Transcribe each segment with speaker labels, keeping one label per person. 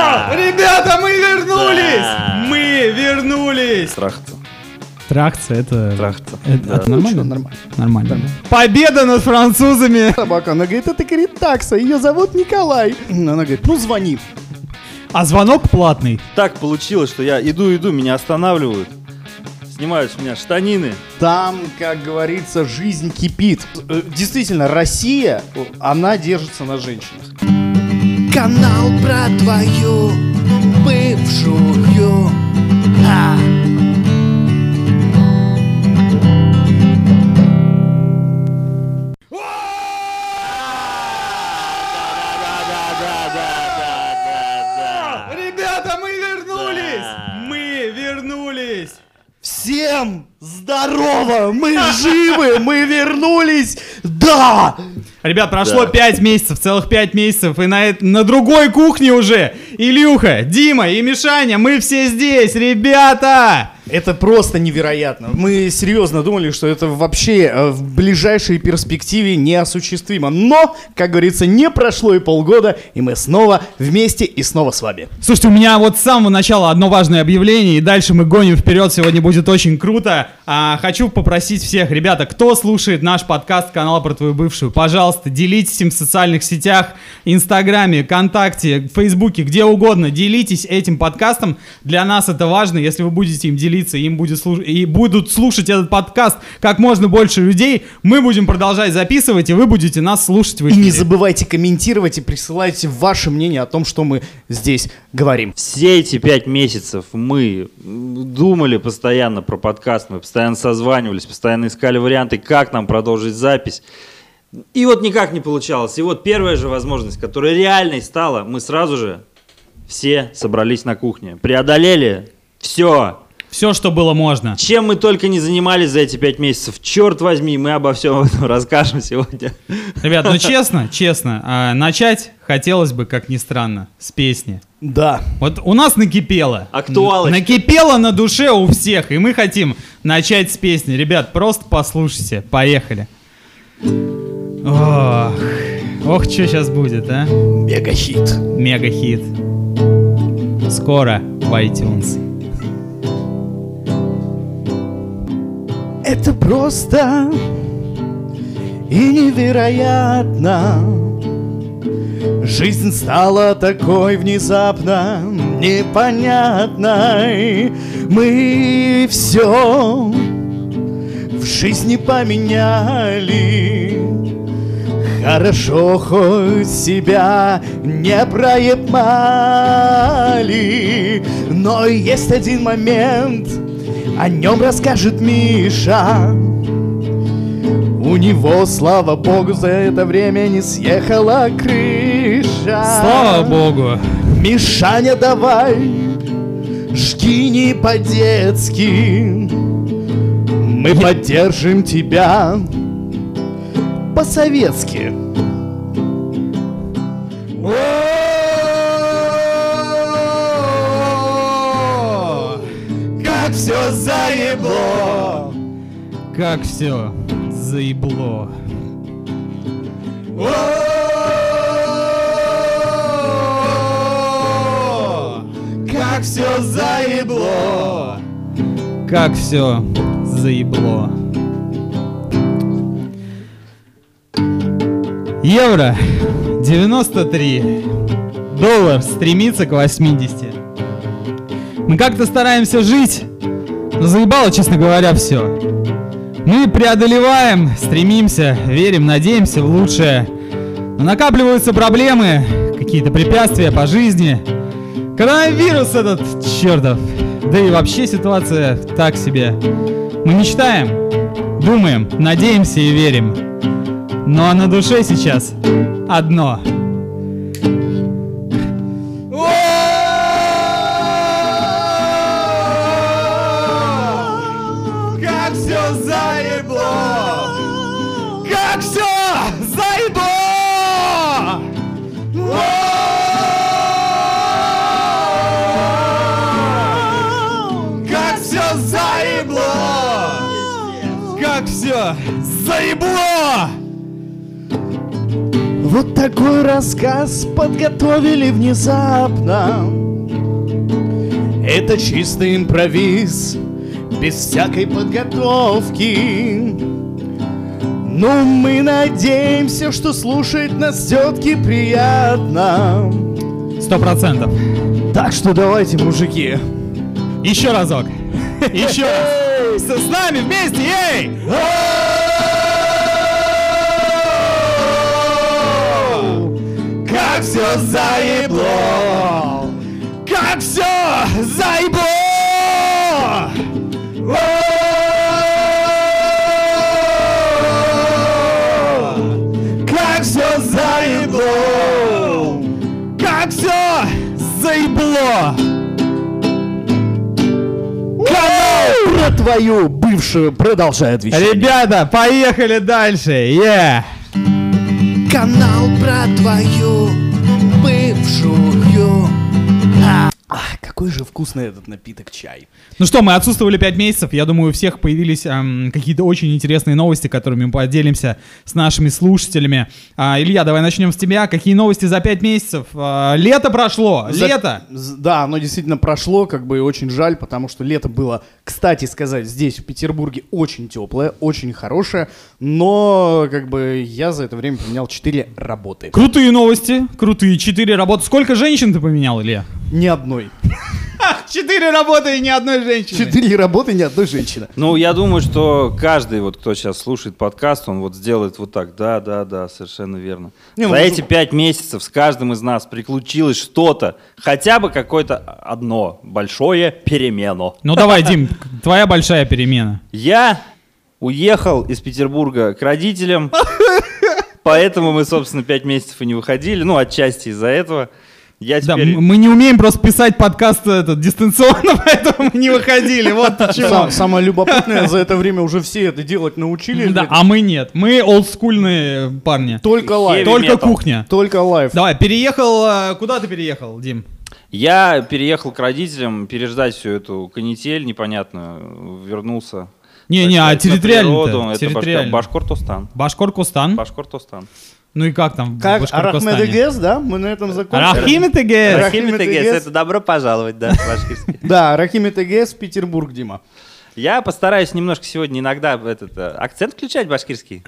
Speaker 1: А.
Speaker 2: Трахаться.
Speaker 1: Трахаться это...
Speaker 2: Трахаться.
Speaker 1: это-
Speaker 2: Да.
Speaker 1: это нормально?
Speaker 3: Нормально? Ну Нормально.
Speaker 1: Нормально.
Speaker 3: Нормально.
Speaker 1: Победа над французами!
Speaker 3: Собака, она говорит, это говорит такса, ее зовут Николай. Она говорит, ну звони.
Speaker 1: А звонок платный.
Speaker 2: Так получилось, что я иду, иду, меня останавливают. Снимают с меня штанины.
Speaker 3: Там, как говорится, жизнь кипит. Э, Действительно, Россия, э, она держится на женщинах.
Speaker 4: Канал про твою бывшую. А.
Speaker 1: Ребята, мы вернулись! Мы вернулись!
Speaker 3: Всем здорово! Мы живы! Мы вернулись! Да!
Speaker 1: Ребят, прошло
Speaker 2: Да.
Speaker 1: пять месяцев, целых пять месяцев, и на, эт- на другой кухне уже Илюха, Дима и Мишаня, мы все здесь, ребята!
Speaker 3: Это просто невероятно. Мы серьезно думали, что это вообще э, в ближайшей перспективе неосуществимо. Но, как говорится, не прошло и полгода, и мы снова вместе и снова с вами.
Speaker 1: Слушайте, у меня вот с самого начала одно важное объявление, и дальше мы гоним вперед, сегодня будет очень круто. А, хочу попросить всех, ребята, кто слушает наш подкаст канал про твою бывшую, пожалуйста, делитесь им в социальных сетях, Инстаграме, ВКонтакте, Фейсбуке, где угодно, делитесь этим подкастом. Для нас это важно, если вы будете им делиться, им будет слуш- и будут слушать этот подкаст как можно больше людей, мы будем продолжать записывать, и вы будете нас слушать в
Speaker 3: И не
Speaker 1: эфире.
Speaker 3: забывайте комментировать и присылайте ваше мнение о том, что мы здесь говорим.
Speaker 2: Все эти пять месяцев мы м, думали постоянно про подкаст, мы постоянно созванивались, постоянно искали варианты, как нам продолжить запись. И вот никак не получалось. И вот первая же возможность, которая реальной стала, мы сразу же все собрались на кухне. Преодолели все.
Speaker 1: Все, что было можно.
Speaker 2: Чем мы только не занимались за эти пять месяцев, черт возьми, мы обо всем этом расскажем сегодня.
Speaker 1: Ребят, ну честно, честно, а, начать хотелось бы, как ни странно, с песни.
Speaker 3: Да.
Speaker 1: Вот у нас накипело.
Speaker 2: Актуалочка.
Speaker 1: Н- Накипело на душе у всех, и мы хотим начать с песни. Ребят, просто послушайте. Поехали. Ох, ох, что сейчас будет, а?
Speaker 3: Мегахит.
Speaker 1: Мега-хит. Скоро в iTunes.
Speaker 3: Это просто и невероятно. Жизнь стала такой внезапно непонятной. Мы все в жизни поменяли. Хорошо хоть себя не проебали, но есть один момент, о нем расскажет Миша. У него, слава богу, за это время не съехала крыша.
Speaker 1: Слава богу.
Speaker 3: Мишаня, давай, жги не по-детски. Мы поддержим тебя по-советски. О, Как все заебло!
Speaker 1: Как все заебло.
Speaker 3: О, Как все заебло!
Speaker 1: Как все заебло. Евро 93. Доллар стремится к 80. Мы как-то стараемся жить, но заебало, честно говоря, все. Мы преодолеваем, стремимся, верим, надеемся в лучшее. Но накапливаются проблемы, какие-то препятствия по жизни. Коронавирус этот, чертов. Да и вообще ситуация так себе. Мы мечтаем, думаем, надеемся и верим. Но на душе сейчас одно.
Speaker 3: Как все заебло! Как все заебло! Как все заебло!
Speaker 1: Как все заебло!
Speaker 3: Вот такой рассказ подготовили внезапно. Это чистый импровиз, без всякой подготовки. Но мы надеемся, что слушать нас все-таки приятно.
Speaker 1: Сто процентов.
Speaker 3: Так что давайте, мужики.
Speaker 1: Еще разок. Еще раз. С с нами вместе, эй!
Speaker 3: Как все заебло! Как все заебло! Как все заебло! Как все заебло! Канал про твою бывшую продолжает вещать.
Speaker 1: Ребята, поехали дальше. е
Speaker 4: Канал про твою бывшую.
Speaker 3: Какой же вкусный этот напиток чай.
Speaker 1: Ну что, мы отсутствовали 5 месяцев. Я думаю, у всех появились эм, какие-то очень интересные новости, которыми мы поделимся с нашими слушателями. А, Илья, давай начнем с тебя. Какие новости за 5 месяцев? А, лето прошло.
Speaker 3: За-
Speaker 1: Лето.
Speaker 3: з- Да, оно действительно прошло, как бы и очень жаль, потому что лето было, кстати сказать, здесь, в Петербурге, очень теплое, очень хорошее, но как бы я за это время поменял 4 работы.
Speaker 1: Крутые новости. Крутые. 4 работы. Сколько женщин ты поменял, Илья?
Speaker 3: Ни одной.
Speaker 1: 4 работы и ни одной женщины.
Speaker 3: 4 работы, ни одной женщины.
Speaker 2: Ну, я думаю, что каждый, вот кто сейчас слушает подкаст, он вот сделает вот так. Да, да, да, совершенно верно.
Speaker 3: Не, ну,
Speaker 2: За
Speaker 3: ну,
Speaker 2: эти пять месяцев с каждым из нас приключилось что-то, хотя бы какое-то одно большое перемену.
Speaker 1: Ну давай, Дим, твоя большая перемена.
Speaker 2: Я уехал из Петербурга к родителям, поэтому мы, собственно, пять месяцев и не выходили. Ну, отчасти из-за этого. Я
Speaker 1: Да,
Speaker 2: теперь...
Speaker 1: м- мы не умеем просто писать подкаст этот, дистанционно, поэтому мы не выходили. Вот
Speaker 3: Сам-
Speaker 1: почему.
Speaker 3: самое любопытное, за это время уже все это делать научились.
Speaker 1: Да, а мы нет. Мы олдскульные парни.
Speaker 3: Только лайф.
Speaker 2: Heavy
Speaker 1: Только
Speaker 2: metal.
Speaker 1: кухня.
Speaker 3: Только лайф.
Speaker 1: Давай, переехал. э, Куда ты переехал, Дим?
Speaker 2: Я переехал к родителям переждать всю эту канитель непонятную, вернулся.
Speaker 1: Не-не, а
Speaker 2: Так сказать, на
Speaker 1: территориально-то?
Speaker 2: природу. Это Башкор-
Speaker 1: Территориально.
Speaker 2: Башкортостан.
Speaker 1: Башкортостан.
Speaker 2: Башкортостан.
Speaker 1: Ну и как там? в
Speaker 3: Как
Speaker 1: Башкортостане?
Speaker 3: Арахмедегес, да? Мы на этом закончили.
Speaker 1: Э, Рахим и Тегес.
Speaker 3: Рах- Рахим и
Speaker 2: Тегес,
Speaker 3: Тегес.
Speaker 2: это добро пожаловать, да, башкирский.
Speaker 3: Да, Рахим и Тегес, Петербург, Дима.
Speaker 2: Я постараюсь немножко сегодня иногда этот э, акцент включать башкирский.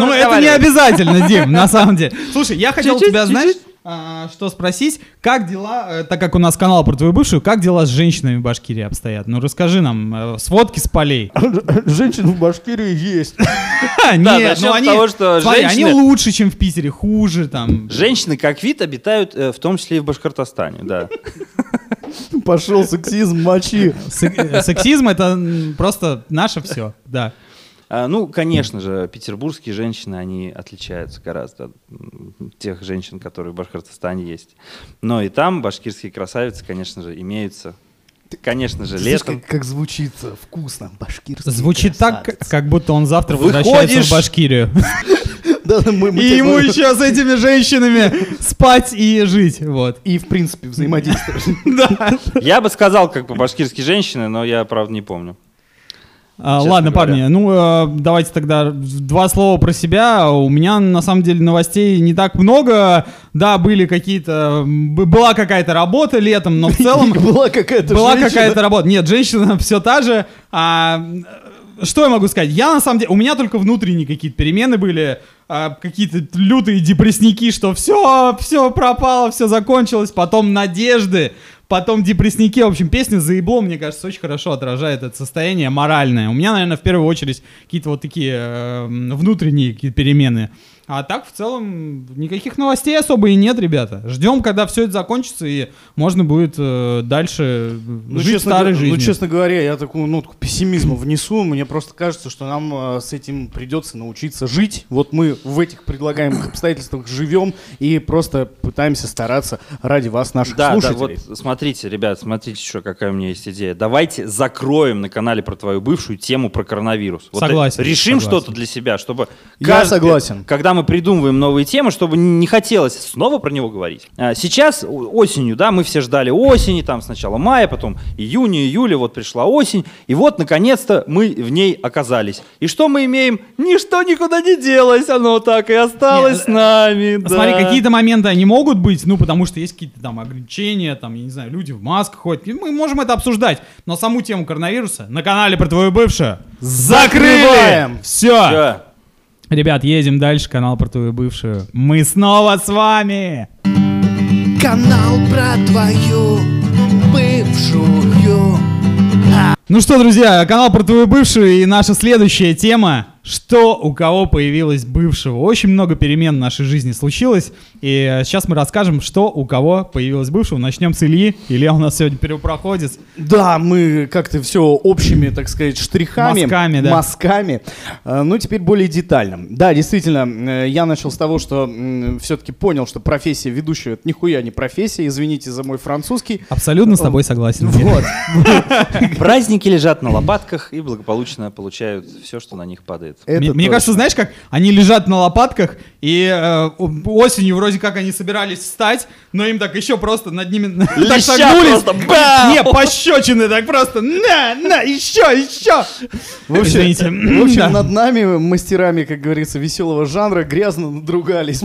Speaker 1: Ну это не
Speaker 2: разговаривать?
Speaker 1: обязательно, Дим, на самом деле. Слушай, я хотел
Speaker 2: Чуть-чуть,
Speaker 1: тебя, знаешь,
Speaker 2: чуть-чуть.
Speaker 1: а, что спросить? Как дела, э, так как у нас канал про твою бывшую, как дела с женщинами в Башкирии обстоят? Ну расскажи нам, э, сводки с полей.
Speaker 3: Женщин в Башкирии есть.
Speaker 1: Ха, Нет,
Speaker 2: начнем
Speaker 1: ну
Speaker 2: с
Speaker 1: они,
Speaker 2: того, что
Speaker 1: смотри, они
Speaker 2: женщины-
Speaker 1: лучше, чем в Питере, хуже там.
Speaker 2: Женщины, как вид, обитают э, в том числе и в Башкортостане, да.
Speaker 3: Пошел сексизм, мочи.
Speaker 1: Сек- э, Сексизм это м, просто наше все, да.
Speaker 2: А, Ну, конечно же, петербургские женщины, они отличаются гораздо от м, тех женщин, которые в Башкортостане есть. Но и там башкирские красавицы, конечно же, имеются. Конечно же, летом.
Speaker 3: Как, как звучит э, вкусно, башкирский
Speaker 1: Звучит так,
Speaker 3: красавец.
Speaker 1: как будто он завтра
Speaker 2: Выходишь-
Speaker 1: возвращается в Башкирию.
Speaker 3: Да, да, мы- мы
Speaker 1: И
Speaker 3: тебе
Speaker 1: ему
Speaker 3: говорим.
Speaker 1: еще с этими женщинами спать и жить, вот.
Speaker 3: И, в принципе, взаимодействовать.
Speaker 2: Я бы сказал, как по-башкирски женщины, но я, правда, не помню.
Speaker 1: А,
Speaker 2: Честно
Speaker 1: ладно,
Speaker 2: говоря.
Speaker 1: парни, ну э, давайте тогда два слова про себя. У меня на самом деле новостей не так много. Да, были какие-то, м, б- была какая-то работа летом, но в целом
Speaker 3: была какая-то
Speaker 1: была
Speaker 3: женщина.
Speaker 1: какая-то работа. Нет, женщина все та же. А, э, что я могу сказать? Я на самом деле, у меня только внутренние какие-то перемены были, а, какие-то лютые депрессники, что все, все пропало, все закончилось, потом надежды, потом депрессники. В общем, песня «Заебло», мне кажется, очень хорошо отражает это состояние моральное. У меня, наверное, в первую очередь какие-то вот такие э, м, внутренние какие-то перемены. А так, в целом, никаких новостей особо и нет, ребята. Ждем, когда все это закончится, и можно будет э, дальше
Speaker 3: Ну,
Speaker 1: жить
Speaker 3: честно,
Speaker 1: старой
Speaker 3: г-
Speaker 1: жизнью.
Speaker 3: ну, честно говоря, я такую нотку пессимизма внесу. Мне просто кажется, что нам э, с этим придется научиться жить. Вот мы в этих предлагаемых обстоятельствах живем и просто пытаемся стараться ради вас, наших
Speaker 2: Да, да,
Speaker 3: слушателей.
Speaker 2: вот смотрите, ребят, смотрите еще, какая у меня есть идея. Давайте закроем на канале про твою бывшую тему про коронавирус. Вот
Speaker 1: Согласен,
Speaker 2: э, решим
Speaker 1: согласен.
Speaker 2: что-то для себя, чтобы...
Speaker 3: Я согласен.
Speaker 2: Когда мы мы придумываем новые темы, чтобы не хотелось снова про него говорить. А, Сейчас о- осенью, да, мы все ждали осени, там сначала мая, потом июня, июля, вот пришла осень, и вот, наконец-то, мы в ней оказались. И что мы имеем? Ничто никуда не делось, оно так и осталось
Speaker 1: Не,
Speaker 2: с нами. да.
Speaker 1: Смотри, какие-то моменты они могут быть, ну, потому что есть какие-то там ограничения, там, я не знаю, люди в масках ходят. И Мы можем это обсуждать, но саму тему коронавируса на канале про твою бывшую
Speaker 3: Закрываем!
Speaker 1: Все.
Speaker 2: Да.
Speaker 1: Ребят, едем дальше, канал про твою бывшую. Мы снова с вами.
Speaker 4: Канал про твою бывшую.
Speaker 1: Ну что, друзья, канал про твою бывшую и наша следующая тема. Что у кого появилось бывшего? Очень много перемен в нашей жизни случилось. И э, сейчас мы расскажем, что у кого появилось бывшего. Начнем с Ильи. Илья у нас сегодня первопроходец.
Speaker 3: Да, мы как-то все общими, так сказать, штрихами.
Speaker 1: Мазками, да.
Speaker 3: мазками. Э, Ну, теперь более детально. Да, действительно, э, я начал с того, что все-таки понял, что профессия ведущего — это нихуя не профессия, извините за мой французский.
Speaker 1: Абсолютно с тобой согласен. Илья.
Speaker 3: Вот.
Speaker 2: Праздники лежат на лопатках и благополучно получают все, что на них падает.
Speaker 3: это
Speaker 1: Мне, мне
Speaker 3: точно.
Speaker 1: кажется, знаешь, как они лежат на лопатках, и э, о- осенью вроде как они собирались встать, но им так еще просто над ними так
Speaker 2: Леща
Speaker 1: согнулись.
Speaker 2: просто, бам!
Speaker 1: Не, пощечины так просто. На, на, еще, еще.
Speaker 3: В общем,
Speaker 1: Извините.
Speaker 3: в общем,
Speaker 1: Да.
Speaker 3: над нами, мастерами, как говорится, веселого жанра, грязно надругались.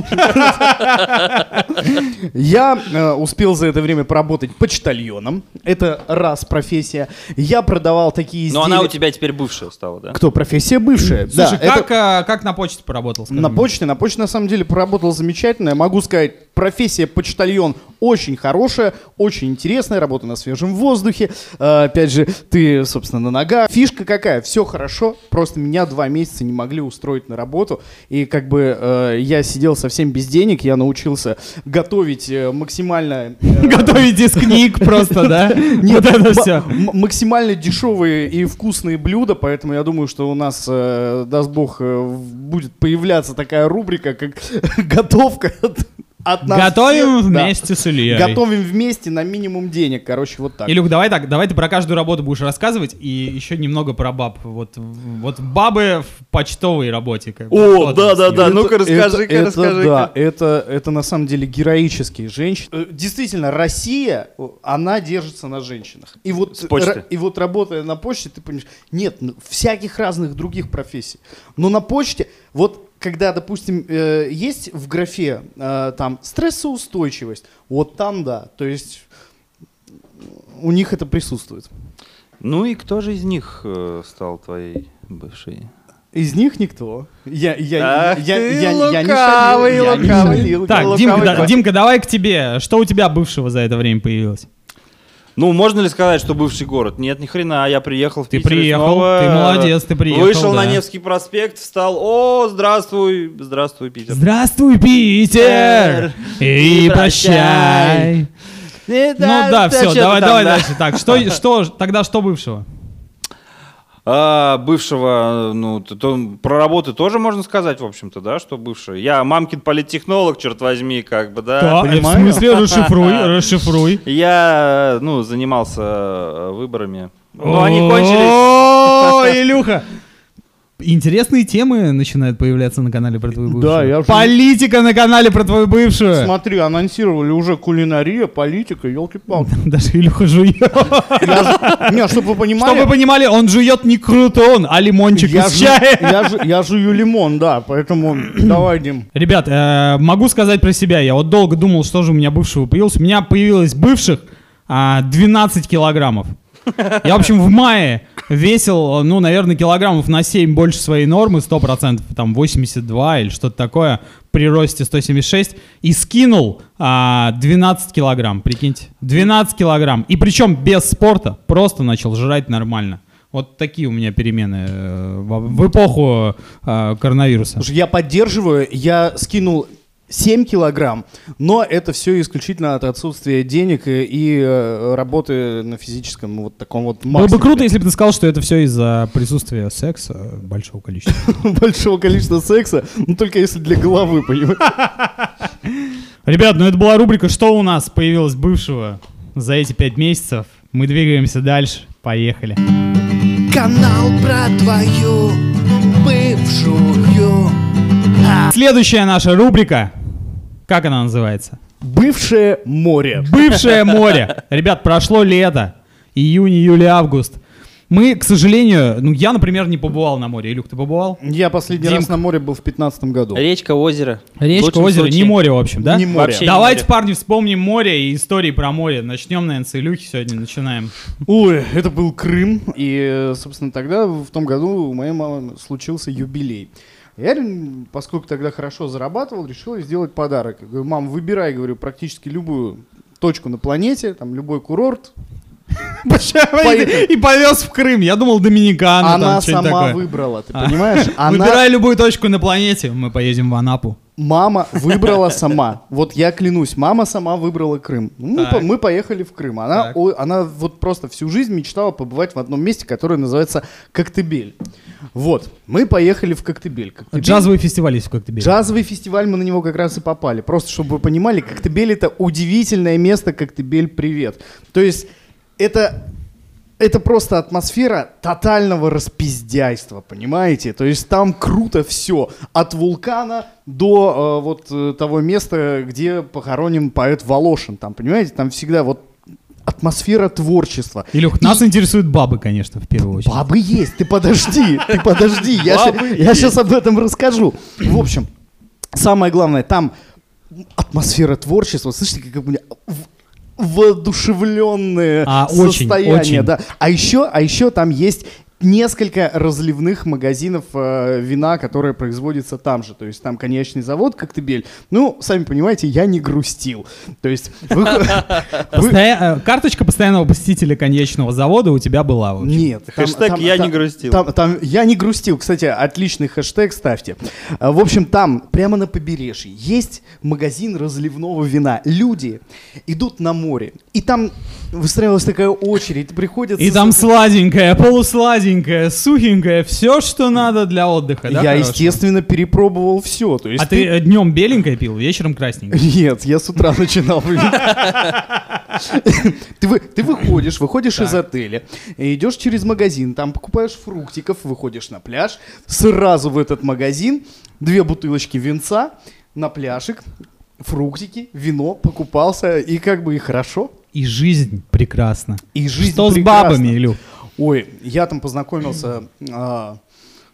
Speaker 3: Я э, успел за это время поработать почтальоном. Это раз профессия. Я продавал такие изделия.
Speaker 2: Но она у тебя теперь бывшая стала, да?
Speaker 3: Кто? Профессия бывшая. Да,
Speaker 1: Слушай,
Speaker 3: это-
Speaker 1: как, а, как на почте поработал? скажи
Speaker 3: на
Speaker 1: мне?
Speaker 3: почте, на почте на самом деле поработал замечательно. Я могу сказать, профессия почтальон очень хорошая, очень интересная, работа на свежем воздухе. Э, опять же, ты, собственно, на ногах. Фишка какая? Все хорошо, просто меня два месяца не могли устроить на работу. И как бы э, я сидел совсем без денег, я научился готовить э, максимально... э,
Speaker 1: Готовить из книг просто, да?
Speaker 3: нет,
Speaker 1: Вот это
Speaker 3: м-
Speaker 1: все.
Speaker 3: м- максимально дешевые и вкусные блюда, поэтому я думаю, что у нас, э, даст бог, э, в- будет появляться такая рубрика, как готовка от, от нас.
Speaker 1: Готовим
Speaker 3: всех. Да.
Speaker 1: вместе с Ильей.
Speaker 3: Готовим вместе на минимум денег, короче, вот так.
Speaker 1: Илюх, давай так, давай ты про каждую работу будешь рассказывать и еще немного про баб. Вот, вот бабы в почтовой работе. как бы. Что
Speaker 2: О,
Speaker 1: там
Speaker 2: да,
Speaker 1: с
Speaker 2: да,
Speaker 1: ними?
Speaker 2: да. Ну-ка
Speaker 3: Это-
Speaker 2: расскажи,
Speaker 3: это
Speaker 2: расскажи.
Speaker 3: Да, это, это на самом деле героические женщины. Э, Действительно, Россия, э, она держится на женщинах. И вот,
Speaker 2: С почты.
Speaker 3: и вот работая на почте, ты понимаешь, нет, ну, всяких разных других профессий. Но на почте, вот когда, допустим, э, есть в графе э, там стрессоустойчивость, вот там да, то есть у них это присутствует.
Speaker 2: Ну и кто же из них э, стал твоей бывшей?
Speaker 3: Из них никто. Я, я,
Speaker 2: Ах
Speaker 3: я,
Speaker 2: ты
Speaker 3: я, я, не шалил,
Speaker 2: лукавый,
Speaker 3: я не
Speaker 2: лукавый.
Speaker 3: шалил, я
Speaker 1: Так,
Speaker 3: лукавый
Speaker 1: Димка, да-
Speaker 3: парень.
Speaker 1: Димка, давай к тебе. Что у тебя бывшего за это время появилось?
Speaker 2: Ну, можно ли сказать, что бывший город? Нет, ни хрена, я приехал в
Speaker 1: Ты
Speaker 2: Питер и
Speaker 1: приехал,
Speaker 2: снова,
Speaker 1: ты
Speaker 2: э,
Speaker 1: молодец, ты приехал,
Speaker 2: Вышел
Speaker 1: да.
Speaker 2: на Невский проспект, встал, о, здравствуй, здравствуй, Питер.
Speaker 1: Здравствуй, Питер! И
Speaker 2: И
Speaker 1: прощай!
Speaker 2: прощай. Э,
Speaker 1: Ну да, все, давай, давай дальше. Так, что, что, тогда что бывшего?
Speaker 2: А, бывшего, ну, т- то, про работу тоже можно сказать, в общем-то, да, что бывший. Я мамкин политтехнолог, черт возьми, как бы, да.
Speaker 1: Да, э, в
Speaker 3: понимаю.
Speaker 1: смысле, расшифруй, расшифруй.
Speaker 2: Я, э, ну, занимался э, выборами. Ну, они кончились.
Speaker 1: О, Илюха! Интересные темы начинают появляться на канале про твою бывшую.
Speaker 3: Да, я уже-
Speaker 1: Политика на канале про твою бывшую.
Speaker 3: Смотри, анонсировали уже кулинария, политика, елки-палки.
Speaker 1: Даже Илюха жует.
Speaker 3: Не,
Speaker 1: Чтобы
Speaker 3: чтобы вы
Speaker 1: вы
Speaker 3: понимали,
Speaker 1: понимали, он жует не круто он, а лимончик
Speaker 3: я
Speaker 1: из
Speaker 3: жу-
Speaker 1: чая.
Speaker 3: я жу- я жую лимон, да, поэтому давай, Дим.
Speaker 1: Ребят, э, могу сказать про себя. Я вот долго думал, что же у меня бывшего появилось. У меня появилось бывших а, 12 килограммов. Я, в общем, в мае весил, ну, наверное, килограммов на 7 больше своей нормы, 100%, там, 82 или что-то такое, при росте 176, и скинул а, 12 килограмм, прикиньте, 12 килограмм, и причем без спорта, просто начал жрать нормально. Вот такие у меня перемены э, в, в эпоху э, коронавируса.
Speaker 3: Слушай, Я поддерживаю, я скинул 7 килограмм, но это все исключительно от отсутствия денег и, и, э, работы на физическом вот таком вот
Speaker 1: Было бы
Speaker 3: максимуме.
Speaker 1: круто, если бы ты сказал, что это все из-за присутствия секса большого количества.
Speaker 3: Большого количества секса, но только если для головы, понимаешь?
Speaker 1: Ребят, ну это была рубрика «Что у нас появилось бывшего за эти пять месяцев?» Мы двигаемся дальше. Поехали.
Speaker 4: Канал про твою бывшую.
Speaker 1: Следующая наша рубрика. Как она называется?
Speaker 3: Бывшее море.
Speaker 1: Бывшее море. Ребят, прошло лето. Июнь, июль, и август. Мы, к сожалению, ну я, например, не побывал на море. Илюх, ты побывал?
Speaker 3: Я последний
Speaker 1: Дим.
Speaker 3: раз на море был в пятнадцатом году.
Speaker 2: Речка, озеро. В
Speaker 1: Речка,
Speaker 2: лучшем
Speaker 1: озеро,
Speaker 2: случае.
Speaker 1: не море, в общем, да?
Speaker 3: Не море.
Speaker 2: Вообще.
Speaker 1: Давайте,
Speaker 2: море.
Speaker 1: парни, вспомним море и истории про море. Начнем, наверное, с Илюхи сегодня, начинаем.
Speaker 3: Ой, это был Крым. И, э, собственно, тогда, в том году, у моей мамы случился юбилей. Я, м, поскольку тогда хорошо зарабатывал, решил ей сделать подарок. Я Говорю, мам, выбирай, говорю, практически любую точку на планете, там любой курорт. Поехали.
Speaker 1: И повез в Крым. Я думал, Доминикану
Speaker 3: Она
Speaker 1: там что-нибудь
Speaker 3: сама
Speaker 1: такое.
Speaker 3: выбрала, ты
Speaker 1: А.
Speaker 3: понимаешь? Она,
Speaker 1: Выбирай любую точку на планете, мы поедем в Анапу.
Speaker 3: мама выбрала сама. Вот я клянусь, мама сама выбрала Крым. Ну, мы,
Speaker 1: Так.
Speaker 3: по- мы поехали в Крым. Она,
Speaker 1: Так.
Speaker 3: о- она вот просто всю жизнь мечтала побывать в одном месте, которое называется Коктебель. Вот, мы поехали в Коктебель. Коктебель-
Speaker 1: Джазовый фестиваль есть в Коктебеле.
Speaker 3: Джазовый фестиваль мы на него как раз и попали. Просто чтобы вы понимали, Коктебель это удивительное место, Коктебель привет. То есть это это просто атмосфера тотального распиздяйства, понимаете? То есть там круто все, от вулкана до э, вот э, того места, где похоронен поэт Волошин, там, понимаете? Там всегда вот атмосфера творчества.
Speaker 1: Илюх, нас интересуют бабы, конечно, в первую очередь.
Speaker 3: Бабы есть, ты подожди, ты подожди, я,
Speaker 2: Бабы
Speaker 3: сейчас об этом расскажу. В общем, самое главное, там атмосфера творчества, слышите, как у меня в- воодушевленные
Speaker 1: А, очень,
Speaker 3: состояния.
Speaker 1: очень.
Speaker 3: Да. А, еще, а еще там есть несколько разливных магазинов э, вина, которые производятся там же. То есть там конечный завод Коктебель. Ну, сами понимаете, я не грустил. То есть вы- вы-
Speaker 1: Постоя- э, Карточка постоянного посетителя конечного завода у тебя была. в общем.
Speaker 3: Нет.
Speaker 2: Хэштег «Я не грустил».
Speaker 3: Там, там «Я не грустил». Кстати, отличный хэштег ставьте. А, В общем, там, прямо на побережье, есть магазин разливного вина. Люди идут на море, и там выстраивалась такая очередь. Приходят...
Speaker 1: И
Speaker 3: со-
Speaker 1: там сладенькое, полусладенькое, сухенькое, все, что надо для отдыха, да?
Speaker 3: Я,
Speaker 1: хорошего?
Speaker 3: естественно, перепробовал все. То есть
Speaker 1: А ты днем беленькое пил, вечером красненькое.
Speaker 3: Нет, я с утра начинал. Ты вы- Ты выходишь, выходишь из отеля, и идешь через магазин, там покупаешь фруктиков, выходишь на пляж, сразу в этот магазин, две бутылочки винца на пляжик, фруктики, вино, покупался, и как бы и хорошо.
Speaker 1: И жизнь прекрасна.
Speaker 3: И жизнь
Speaker 1: что с
Speaker 3: прекрасна.
Speaker 1: бабами, Илюх?
Speaker 3: Ой, я там познакомился а,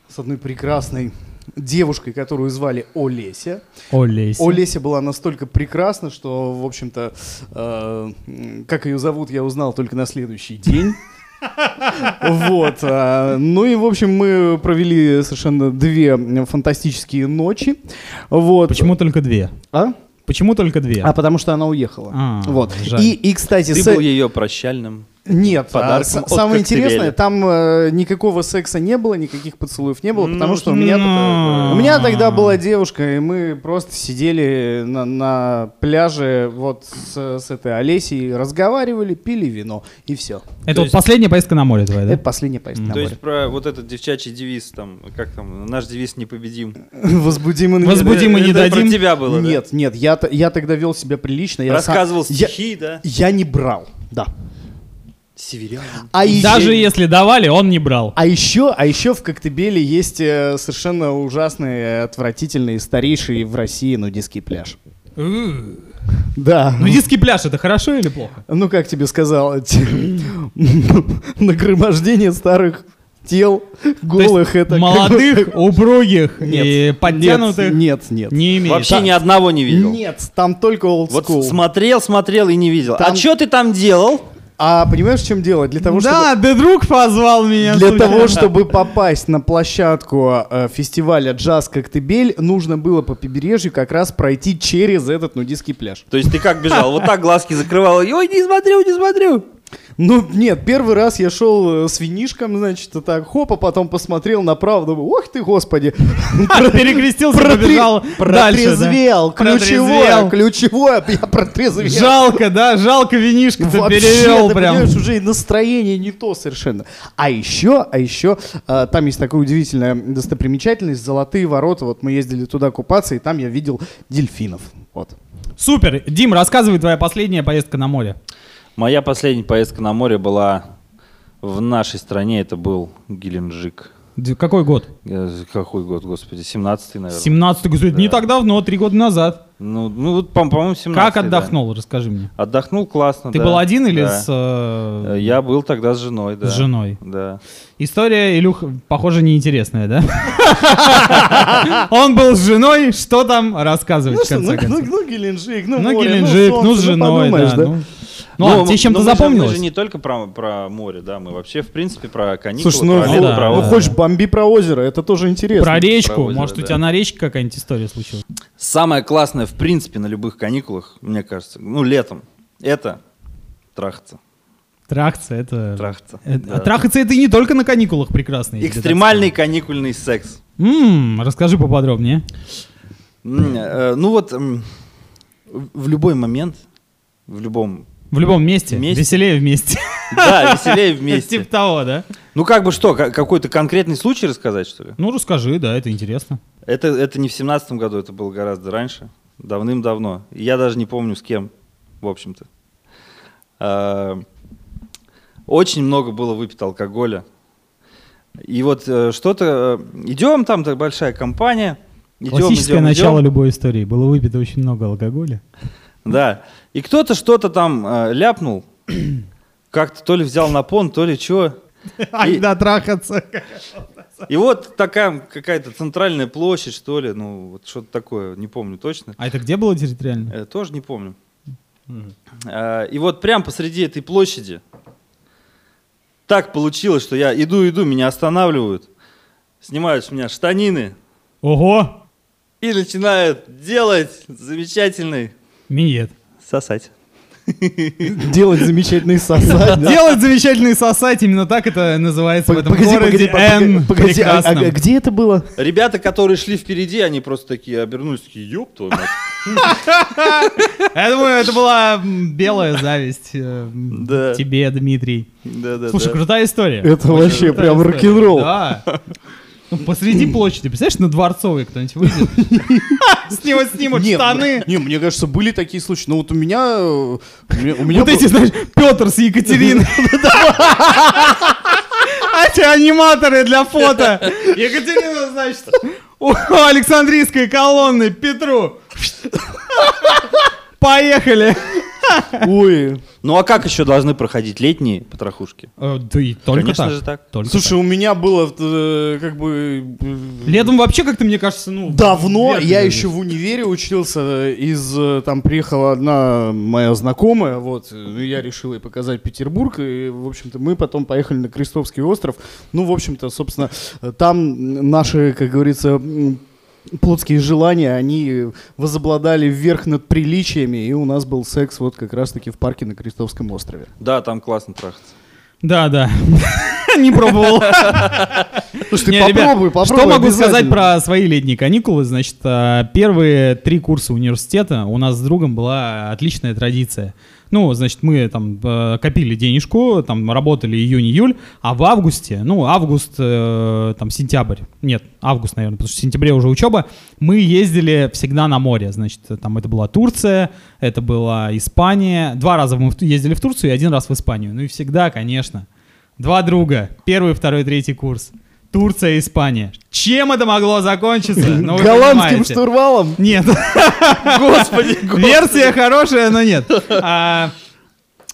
Speaker 3: с одной прекрасной девушкой, которую звали Олеся.
Speaker 1: Олеся.
Speaker 3: Олеся была настолько прекрасна, что, в общем-то, э, м, как ее зовут, я узнал только на следующий день. Вот. а, Ну и, в общем, мы провели совершенно две м, фантастические ночи. Вот.
Speaker 1: Почему только две?
Speaker 3: А?
Speaker 1: Почему только две?
Speaker 3: А потому что она уехала.
Speaker 1: А,
Speaker 3: вот.
Speaker 1: жаль.
Speaker 3: И, и, кстати,
Speaker 2: Ты
Speaker 3: с-
Speaker 2: был ее прощальным.
Speaker 3: нет, а,
Speaker 2: подарком
Speaker 3: с-
Speaker 2: от
Speaker 3: самое
Speaker 2: Коктебеля.
Speaker 3: интересное, там э, никакого секса не было, никаких поцелуев не было, потому
Speaker 2: Ну,
Speaker 3: что у меня,
Speaker 1: ну.
Speaker 3: тогда- у меня тогда была девушка, и мы просто сидели на, на пляже вот с, с этой Олесей, разговаривали, пили вино, и все.
Speaker 1: Это
Speaker 2: То
Speaker 1: вот
Speaker 2: есть-
Speaker 1: последняя поездка на море твоя, да?
Speaker 3: Это последняя поездка на
Speaker 2: То
Speaker 3: море.
Speaker 2: есть про вот этот девчачий девиз, там, как там, наш девиз непобедим.
Speaker 3: Возбудим и не-
Speaker 1: Возбудим и не
Speaker 2: Это про
Speaker 1: дадим.
Speaker 2: тебя было, да?
Speaker 3: Нет, нет, я, т- я тогда вел себя прилично. Я сам-
Speaker 2: Рассказывал
Speaker 3: я-
Speaker 2: стихи, да?
Speaker 3: Я не брал, да.
Speaker 2: Северянин.
Speaker 3: А еще-
Speaker 1: Даже если давали, он не брал.
Speaker 3: А еще, а еще в Коктебеле есть э, совершенно ужасный, отвратительный, старейший в России нудистский пляж.
Speaker 1: Ну,
Speaker 3: Да.
Speaker 1: диски пляж это хорошо или плохо?
Speaker 3: Ну, как тебе сказал, эти- нагромождение старых тел,
Speaker 1: То есть
Speaker 3: голых это... как бы-
Speaker 1: молодых, упругих
Speaker 3: Нет,
Speaker 1: и
Speaker 3: нет,
Speaker 1: подтянутых
Speaker 3: Нет, нет.
Speaker 1: не имеет.
Speaker 2: Вообще
Speaker 1: Да.
Speaker 2: ни одного не видел.
Speaker 3: Нет, там только
Speaker 2: Вот
Speaker 3: олдскул.
Speaker 2: смотрел, смотрел и не видел.
Speaker 3: Там-
Speaker 2: А что ты там делал?
Speaker 3: А понимаешь, в чем дело? Для того, чтобы...
Speaker 1: Да, да друг позвал меня.
Speaker 3: Для
Speaker 1: случайно.
Speaker 3: того, чтобы попасть на площадку э, фестиваля «Джаз Коктебель», нужно было по побережью как раз пройти через этот нудистский пляж.
Speaker 2: То есть ты как бежал? Вот так глазки закрывал. и, Ой, не смотрю, не смотрю.
Speaker 3: Ну, нет, первый раз я шел э, с винишком, значит, и так, хоп, а потом посмотрел направо, думаю, ох ты, господи.
Speaker 1: перекрестился,
Speaker 3: Протре-
Speaker 1: побежал дальше. да.
Speaker 3: Протрезвел, ключевое,
Speaker 1: Протрезвел.
Speaker 3: ключевое, я протрезвел.
Speaker 1: Жалко, да, жалко винишко-то
Speaker 3: Вообще,
Speaker 1: перевел
Speaker 3: ты
Speaker 1: прям.
Speaker 3: понимаешь, уже и настроение не то совершенно. А еще, а еще, э, там есть такая удивительная достопримечательность, золотые ворота, вот мы ездили туда купаться, и там я видел дельфинов, вот.
Speaker 1: Супер. Дим, рассказывай твоя последняя поездка на море.
Speaker 2: Моя последняя поездка на море была в нашей стране. Это был Геленджик.
Speaker 1: Д- Какой год?
Speaker 2: Э, Какой год, господи, 17-й,
Speaker 3: Э,
Speaker 2: наверное.
Speaker 1: 17-й год. Это Не
Speaker 2: Да.
Speaker 1: так давно, три года назад.
Speaker 2: Ну, ну вот, по- по-моему, 17
Speaker 1: Как отдохнул, расскажи мне.
Speaker 2: Отдохнул классно,
Speaker 1: Ты
Speaker 2: Ну да.
Speaker 1: был один или
Speaker 2: Да.
Speaker 1: с, э,
Speaker 2: Э, Я был тогда с женой, да.
Speaker 1: с женой?
Speaker 2: Да.
Speaker 1: История, Илюх, похоже, неинтересная, да? Он был с женой, что там рассказывать
Speaker 3: Ну
Speaker 1: в
Speaker 3: что,
Speaker 1: конце
Speaker 3: ну, ну,
Speaker 1: концов?
Speaker 3: ну, Геленджик, ну,
Speaker 1: Ну,
Speaker 3: море,
Speaker 1: Геленджик, ну, с
Speaker 3: солнце,
Speaker 1: женой,
Speaker 3: подумаешь,
Speaker 1: да. ну. Ну ладно,
Speaker 2: Но-
Speaker 1: тебе чем-то
Speaker 2: но мы же-
Speaker 1: запомнилось?
Speaker 2: Мы же не только про, про море, да, мы вообще, в принципе, про каникулы,
Speaker 3: Слушай, ну,
Speaker 2: про
Speaker 1: Ну
Speaker 2: лето,
Speaker 1: да,
Speaker 2: про
Speaker 1: да,
Speaker 3: ну
Speaker 2: отдых.
Speaker 1: да.
Speaker 3: хочешь бомби про озеро, это тоже интересно.
Speaker 1: Про речку.
Speaker 2: озеро,
Speaker 1: Может, у
Speaker 2: да.
Speaker 1: тебя на речке какая-нибудь история случилась?
Speaker 2: Самое классное, в принципе, на любых каникулах, мне кажется, ну, летом, это трахаться.
Speaker 1: Трахаться это...
Speaker 2: Трахаться.
Speaker 1: Э,
Speaker 2: Да.
Speaker 1: Трахаться это и не только на каникулах прекрасно. я тебе так
Speaker 2: Экстремальный каникульный секс.
Speaker 1: скажу. М, расскажи поподробнее.
Speaker 2: М, э, Ну вот, м, в в любой момент, в любом...
Speaker 1: В любом месте.
Speaker 2: Вместе.
Speaker 1: Веселее вместе.
Speaker 2: Да, веселее вместе.
Speaker 1: Типа того, да?
Speaker 2: Ну как бы что, ка- какой-то конкретный случай рассказать, что ли?
Speaker 1: Ну, расскажи, да, это интересно.
Speaker 2: Это, это не в семнадцатом году, это было гораздо раньше, давным-давно. И Я даже не помню с кем, в общем-то. А, Очень много было выпито алкоголя. И вот э, что-то... э, Идем, там так большая компания. Идем,
Speaker 1: Классическое
Speaker 2: идем,
Speaker 1: начало
Speaker 2: идем.
Speaker 1: любой истории. Было выпито очень много алкоголя.
Speaker 2: Да. И кто-то что-то там э, ляпнул. Как-то то ли взял на пон, то ли чего. И-
Speaker 1: трахаться.
Speaker 2: И вот такая какая-то центральная площадь, что ли, ну, вот что-то такое, не помню точно.
Speaker 1: А это где было территориально?
Speaker 2: Э, тоже не помню.
Speaker 1: Мгм.
Speaker 2: А, и вот прям посреди этой площади так получилось, что я иду, иду, меня останавливают, снимают с меня штанины
Speaker 1: Ого!
Speaker 2: и начинают делать замечательный
Speaker 1: Миет.
Speaker 2: сосать.
Speaker 3: Делать замечательный сосать. да.
Speaker 1: Делать замечательный сосать, именно так это называется в этом городе. Н.
Speaker 3: погоди, а- а
Speaker 1: прекрасном.
Speaker 3: где это было?
Speaker 2: Ребята, которые шли впереди, они просто такие обернулись, такие, ёб твою мать.
Speaker 1: Я думаю, это была м, белая зависть э, м,
Speaker 2: Да.
Speaker 1: тебе, Дмитрий.
Speaker 2: Да-да-да.
Speaker 1: Слушай, крутая история.
Speaker 3: Это вообще
Speaker 1: Крутая
Speaker 3: прям
Speaker 1: история.
Speaker 3: рок-н-ролл.
Speaker 1: Да. Ну, посреди площади, представляешь, на Дворцовой кто-нибудь выйдет. С него снимут
Speaker 3: Не,
Speaker 1: штаны.
Speaker 3: Не, мне кажется, были такие случаи. Ну вот у меня... э, у меня- у меня
Speaker 1: Вот
Speaker 3: был-
Speaker 1: эти, знаешь, Петр с Екатериной. А Эти аниматоры для фото. Екатерина, значит, у Александрийской колонны Петру. Поехали.
Speaker 3: Ой.
Speaker 2: Ну а как еще должны проходить летние потрохушки?
Speaker 1: Э, Да и только
Speaker 2: Конечно
Speaker 1: так.
Speaker 2: же так.
Speaker 1: Только
Speaker 3: Слушай, у меня было э, как бы... э,
Speaker 1: так. Летом вообще как-то, мне кажется, ну...
Speaker 3: Давно
Speaker 1: вверх
Speaker 3: я
Speaker 1: идёт.
Speaker 3: еще в универе учился э, из э, там приехала одна моя знакомая, вот э, ну, я решил ей показать Петербург и в общем-то мы потом поехали на Крестовский остров, ну в общем-то собственно э, там наши, как говорится, м, плотские желания они возобладали вверх над приличиями и у нас был секс вот как раз-таки в парке на Крестовском острове.
Speaker 2: Да, там классно трахаться.
Speaker 1: Да, да. Не пробовал.
Speaker 3: Слушай, ты
Speaker 1: Не, ребят,
Speaker 3: попробуй, попробуй.
Speaker 1: Что могу сказать
Speaker 3: обязательно.
Speaker 1: про свои летние каникулы? Значит, а, первые три курса университета у нас с другом была отличная традиция. Ну, значит, мы там э, копили денежку, там работали июнь-июль, а в августе, ну, август, э, там, сентябрь, нет, август, наверное, потому что в сентябре уже учеба, мы ездили всегда на море, значит, там это была Турция, это была Испания, два раза мы в Ту- ездили в Турцию и один раз в Испанию, ну и всегда, конечно, Два друга. Первый, второй, третий курс. Турция, Испания. Чем это могло закончиться? Ну, вы
Speaker 3: голландским
Speaker 1: понимаете.
Speaker 3: штурвалом?
Speaker 1: Нет. Господи, Версия хорошая, но нет. А,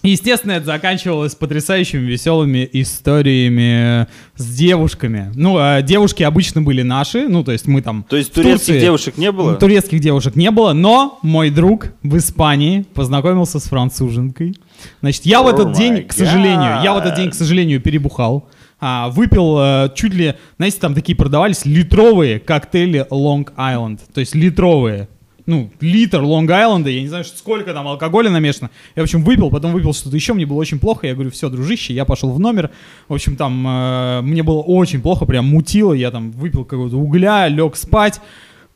Speaker 1: Естественно, это заканчивалось потрясающими веселыми историями с девушками. Ну, а девушки обычно были наши, ну, то есть мы там...
Speaker 2: То есть
Speaker 1: в
Speaker 2: турецких
Speaker 1: Турции-
Speaker 2: девушек не было?
Speaker 1: Турецких девушек не было, но мой друг в Испании познакомился с француженкой. Значит, я в
Speaker 2: Oh
Speaker 1: этот день,
Speaker 2: my
Speaker 1: к сожалению, я в этот
Speaker 2: God.
Speaker 1: день, к сожалению, перебухал. А, выпил э, чуть ли, знаете, там такие продавались литровые коктейли Long Island. То есть литровые. Ну, литр Лонг Айленда, я не знаю, что- сколько там алкоголя намешано. Я, в общем, выпил, потом выпил что-то еще, мне было очень плохо. Я говорю, все, дружище, я пошел в номер. В общем, там э, мне было очень плохо, прям мутило. Я там выпил какого-то угля, лег спать.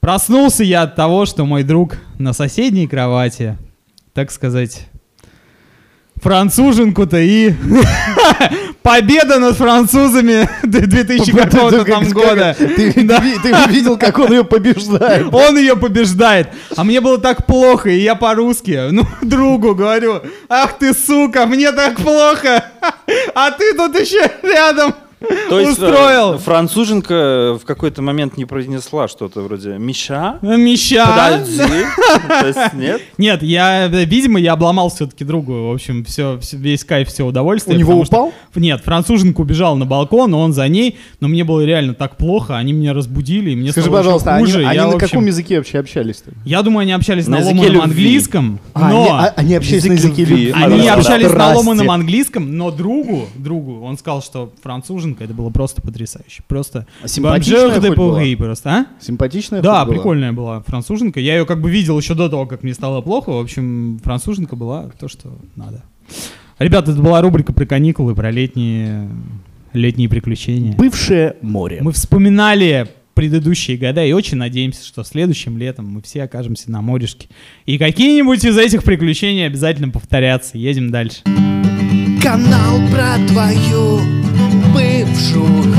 Speaker 1: Проснулся я от того, что мой друг на соседней кровати, так сказать, француженку-то и победа над французами 2000 какого-то там
Speaker 3: Как-
Speaker 1: года.
Speaker 3: Ты, ты- ты увидел, как он ее побеждает.
Speaker 1: Он ее побеждает. А мне было так плохо, и я по-русски, ну, другу говорю, ах ты, сука, мне так плохо, а ты тут еще рядом.
Speaker 2: То есть э,
Speaker 1: Устроил.
Speaker 2: француженка в какой-то момент не произнесла что-то вроде «Миша?»
Speaker 1: Меща. а?»
Speaker 2: Подожди. То есть нет?
Speaker 1: Нет, я, э, видимо, я обломал все-таки другу. В общем, все, весь кайф, все удовольствие.
Speaker 3: У него
Speaker 1: потому что-
Speaker 3: упал?
Speaker 1: Нет, француженка убежала на балкон, он за ней, но мне было реально так плохо, они меня разбудили, и мне
Speaker 3: Скажи,
Speaker 1: стало ещё
Speaker 3: пожалуйста, они,
Speaker 1: хуже.
Speaker 3: они
Speaker 1: я,
Speaker 3: на
Speaker 1: в общем-
Speaker 3: каком языке вообще общались-то?
Speaker 1: Я думаю, они общались на,
Speaker 2: На языке
Speaker 1: ломаном
Speaker 2: любви.
Speaker 1: английском,
Speaker 3: А,
Speaker 1: но...
Speaker 3: они, а- они общались на
Speaker 2: язык
Speaker 3: языке
Speaker 2: любви.
Speaker 3: любви.
Speaker 1: Они
Speaker 2: Да,
Speaker 1: общались на
Speaker 3: Страсти.
Speaker 1: ломаном английском, но другу, другу, он сказал, что француженка, это было просто потрясающе. Просто...
Speaker 3: А симпатичная
Speaker 1: Бомжеха де
Speaker 3: хоть была?
Speaker 1: пуги просто, а?
Speaker 3: Симпатичная
Speaker 1: Да,
Speaker 3: хоть была?
Speaker 1: прикольная была француженка. Я ее как бы видел еще до того, как мне стало плохо. В общем, француженка была то, что надо. Ребята, это была рубрика про каникулы, про летние, летние приключения.
Speaker 3: Бывшее море.
Speaker 1: Мы вспоминали предыдущие года и очень надеемся, что следующим летом мы все окажемся на морешке. И какие-нибудь из этих приключений обязательно повторятся. Едем дальше.
Speaker 4: Канал про твою бывшую.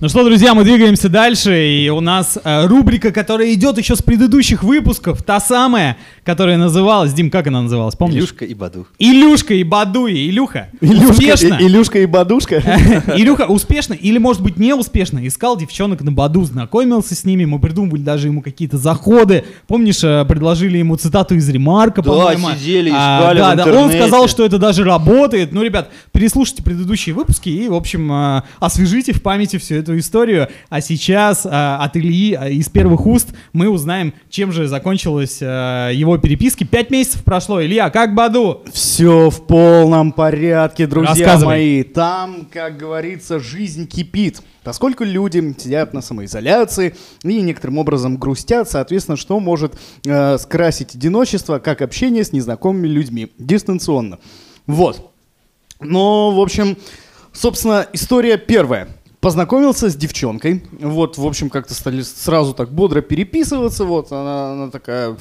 Speaker 1: Ну что, друзья, мы двигаемся дальше, и у нас э, рубрика, которая идет еще с предыдущих выпусков, та самая, которая называлась, Дим, как она называлась, помнишь?
Speaker 2: Илюшка и Баду.
Speaker 1: Илюшка и Баду, и Илюха успешно,
Speaker 3: и, Илюшка и Бадушка.
Speaker 1: Илюха успешно или, может быть, неуспешно искал девчонок на Баду, знакомился с ними, мы придумывали даже ему какие-то заходы. Помнишь, э, предложили ему цитату из Ремарка,
Speaker 2: Да,
Speaker 1: по-моему.
Speaker 2: сидели,
Speaker 1: А,
Speaker 2: искали
Speaker 1: Да,
Speaker 2: в
Speaker 1: да, он
Speaker 2: интернете.
Speaker 1: сказал, что это даже работает. Ну, ребят, переслушайте предыдущие выпуски и, в общем, э, освежите в памяти всю эту историю. А сейчас э, от Ильи э, из первых уст мы узнаем, чем же закончилась э, его переписки. Пять месяцев прошло. Илья, как Баду?
Speaker 3: Все в полном порядке, друзья
Speaker 1: Рассказывай.
Speaker 3: мои. Там, как говорится, жизнь кипит. Поскольку люди сидят на самоизоляции и некоторым образом грустят, соответственно, что может э, скрасить одиночество, как общение с незнакомыми людьми дистанционно. Вот. Но, в общем, собственно, история первая. Познакомился с девчонкой, вот, в общем, как-то стали сразу так бодро переписываться, вот, она, она такая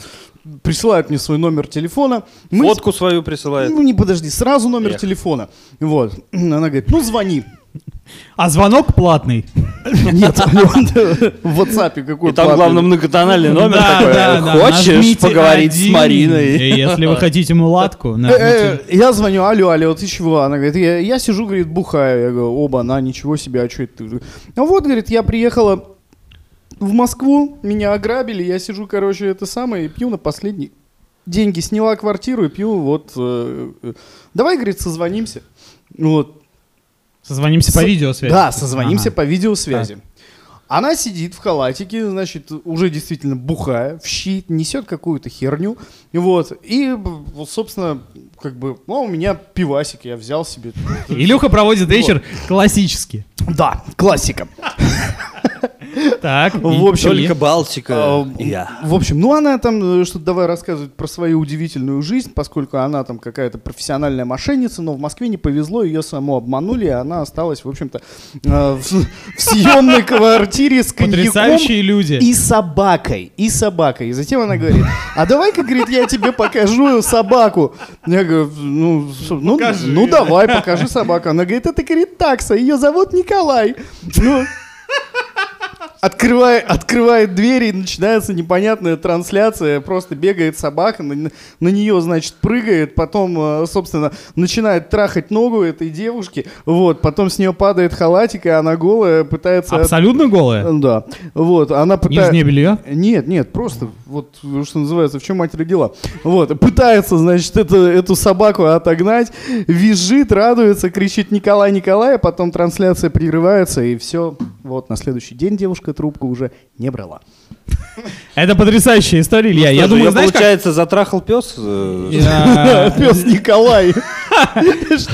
Speaker 3: присылает мне свой номер телефона. Мы с-
Speaker 2: Фотку свою присылает.
Speaker 3: ну не подожди, сразу номер
Speaker 2: Эх.
Speaker 3: телефона. Вот. Она говорит, ну звони.
Speaker 1: А звонок платный.
Speaker 3: Нет, он в WhatsApp какой
Speaker 2: И там, главное, многотональный номер
Speaker 1: Да,
Speaker 2: такой.
Speaker 1: да, да.
Speaker 2: Хочешь
Speaker 1: Нажмите
Speaker 2: поговорить с
Speaker 1: один,
Speaker 2: Мариной? Э,
Speaker 1: Если вы хотите мулатку, нажмите.
Speaker 3: Э, Я звоню, алло, алло, ты чего? Она говорит, я, я сижу, говорит, бухаю. Я говорю, оба, на, ничего себе, а что это ты? Ну вот, говорит, я приехала в Москву, меня ограбили, я сижу, короче, это самое, и пью на последний деньги. Сняла квартиру и пью, вот, э, э, давай, говорит, созвонимся. Вот,
Speaker 1: Созвонимся по
Speaker 3: Со-
Speaker 1: видеосвязи.
Speaker 3: Да, созвонимся
Speaker 1: Ага.
Speaker 3: по видеосвязи. Она сидит в халатике, значит, уже действительно бухая, в щит, несет какую-то херню. Вот. И, вот, собственно, как бы, ну, у меня пивасик, я взял себе.
Speaker 1: Илюха проводит вечер классически.
Speaker 3: Да, классика.
Speaker 1: Так. и-
Speaker 3: В общем,
Speaker 1: и-
Speaker 2: Только Балтика.
Speaker 3: А,
Speaker 2: и Я.
Speaker 3: В общем, ну она там э, что-то давай рассказывает про свою удивительную жизнь, поскольку она там какая-то профессиональная мошенница, но в Москве не повезло, ее саму обманули, и она осталась, в общем-то, э, в, в съемной квартире с коньяком
Speaker 1: Потрясающие люди.
Speaker 3: и собакой, и собакой. И затем она говорит, а давай-ка, говорит, я тебе покажу собаку. Я говорю, ну, с- ну, ну давай, покажи собаку. Она говорит, это, говорит, такса, ее зовут Николай. Ну, Открывает, открывает двери, и начинается непонятная трансляция. Просто бегает собака, на, на нее, значит, прыгает, потом, э, собственно, начинает трахать ногу этой девушки. Вот, потом с нее падает халатик, и она голая,
Speaker 2: э,
Speaker 3: пытается... от-
Speaker 1: Абсолютно голые.
Speaker 3: Да. Вот, она пытается...
Speaker 1: Нижнее белье.
Speaker 3: Нет, нет, просто вот что называется, в чем мать родила. Вот, пытается, значит, это, эту собаку отогнать, визжит, радуется, кричит Николай, Николай, а потом трансляция прерывается, и все. Вот, на следующий день девушка трубку уже не брала.
Speaker 1: Это потрясающая история, Илья. Я
Speaker 2: Ну Что же,
Speaker 1: думаю,
Speaker 2: её,
Speaker 1: знаешь, как...
Speaker 2: получается, затрахал пес? э,
Speaker 1: Я-
Speaker 3: Пес Николай.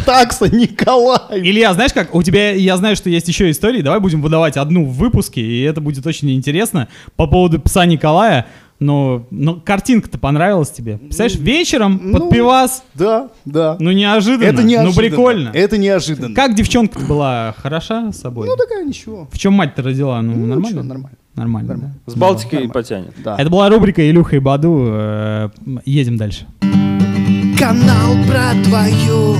Speaker 3: Такса Николай.
Speaker 1: Илья, знаешь как, у тебя, я знаю, что есть еще истории, давай будем выдавать одну в выпуске, и это будет очень интересно. По поводу пса Николая, но, но картинка-то понравилась тебе. Представляешь, вечером
Speaker 3: Ну.
Speaker 1: под пивас,
Speaker 3: Да, да.
Speaker 1: ну неожиданно,
Speaker 3: Это неожиданно.
Speaker 1: ну прикольно.
Speaker 3: Это неожиданно.
Speaker 1: Как девчонка была хороша с собой?
Speaker 3: Ну такая ничего.
Speaker 1: В чем мать-то родила? Ну,
Speaker 3: Ну,
Speaker 1: нормально?
Speaker 3: ничего, нормально.
Speaker 1: Нормально.
Speaker 3: Нормально.
Speaker 2: С Балтикой потянет.
Speaker 3: Да.
Speaker 1: да. Это была рубрика Илюха и Баду. э, едем дальше.
Speaker 4: Канал про твою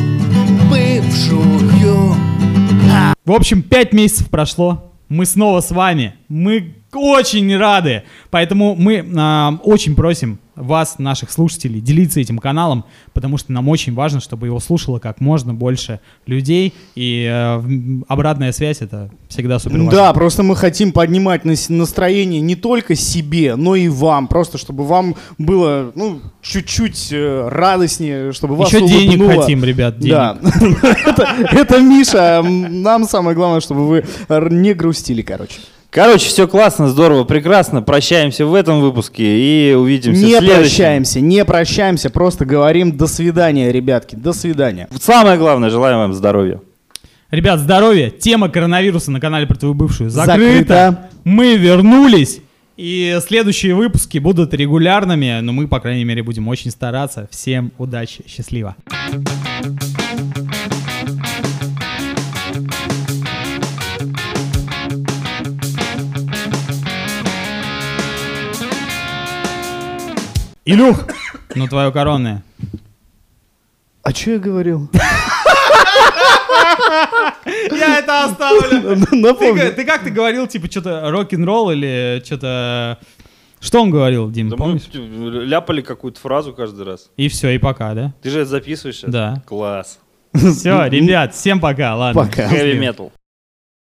Speaker 4: бывшую.
Speaker 1: В общем, пять месяцев прошло. Мы снова с вами. Мы очень рады. Поэтому мы а, очень просим вас, наших слушателей, делиться этим каналом, потому что нам очень важно, чтобы его слушало как можно больше людей, и э, в- обратная связь — это всегда супер важно.
Speaker 3: Да, просто мы хотим поднимать нас- настроение не только себе, но и вам. Просто чтобы вам было ну, чуть-чуть э, радостнее, чтобы вас
Speaker 1: Еще денег
Speaker 3: улыбнуло.
Speaker 1: хотим, ребят, денег.
Speaker 3: Да, это, это Миша. М, Нам самое главное, чтобы вы э, не грустили, короче.
Speaker 2: Короче, все классно, здорово, прекрасно. Прощаемся в этом выпуске и увидимся в
Speaker 3: Не
Speaker 2: следующем.
Speaker 3: прощаемся, не прощаемся, просто говорим до свидания, ребятки, до свидания.
Speaker 2: Самое главное, желаем вам здоровья.
Speaker 1: Ребят, здоровья. Тема коронавируса на канале про твою бывшую закрыта.
Speaker 3: Закрыта.
Speaker 1: Мы вернулись. И следующие выпуски будут регулярными, но мы, по крайней мере, будем очень стараться. Всем удачи, счастливо. Илюх, ну твое коронное.
Speaker 3: А что я говорил?
Speaker 1: Я это оставлю. Ты, га-
Speaker 3: Напомню.
Speaker 1: ты как ты говорил, типа, что-то рок-н-ролл или что-то... Что он говорил, Дим, помнишь?
Speaker 2: ляпали какую-то фразу каждый раз.
Speaker 1: И все, и пока, да?
Speaker 2: Ты же это записываешь сейчас?
Speaker 1: Да.
Speaker 2: Класс.
Speaker 1: Все, ребят, всем пока, ладно.
Speaker 3: Пока.
Speaker 2: Хэви метал.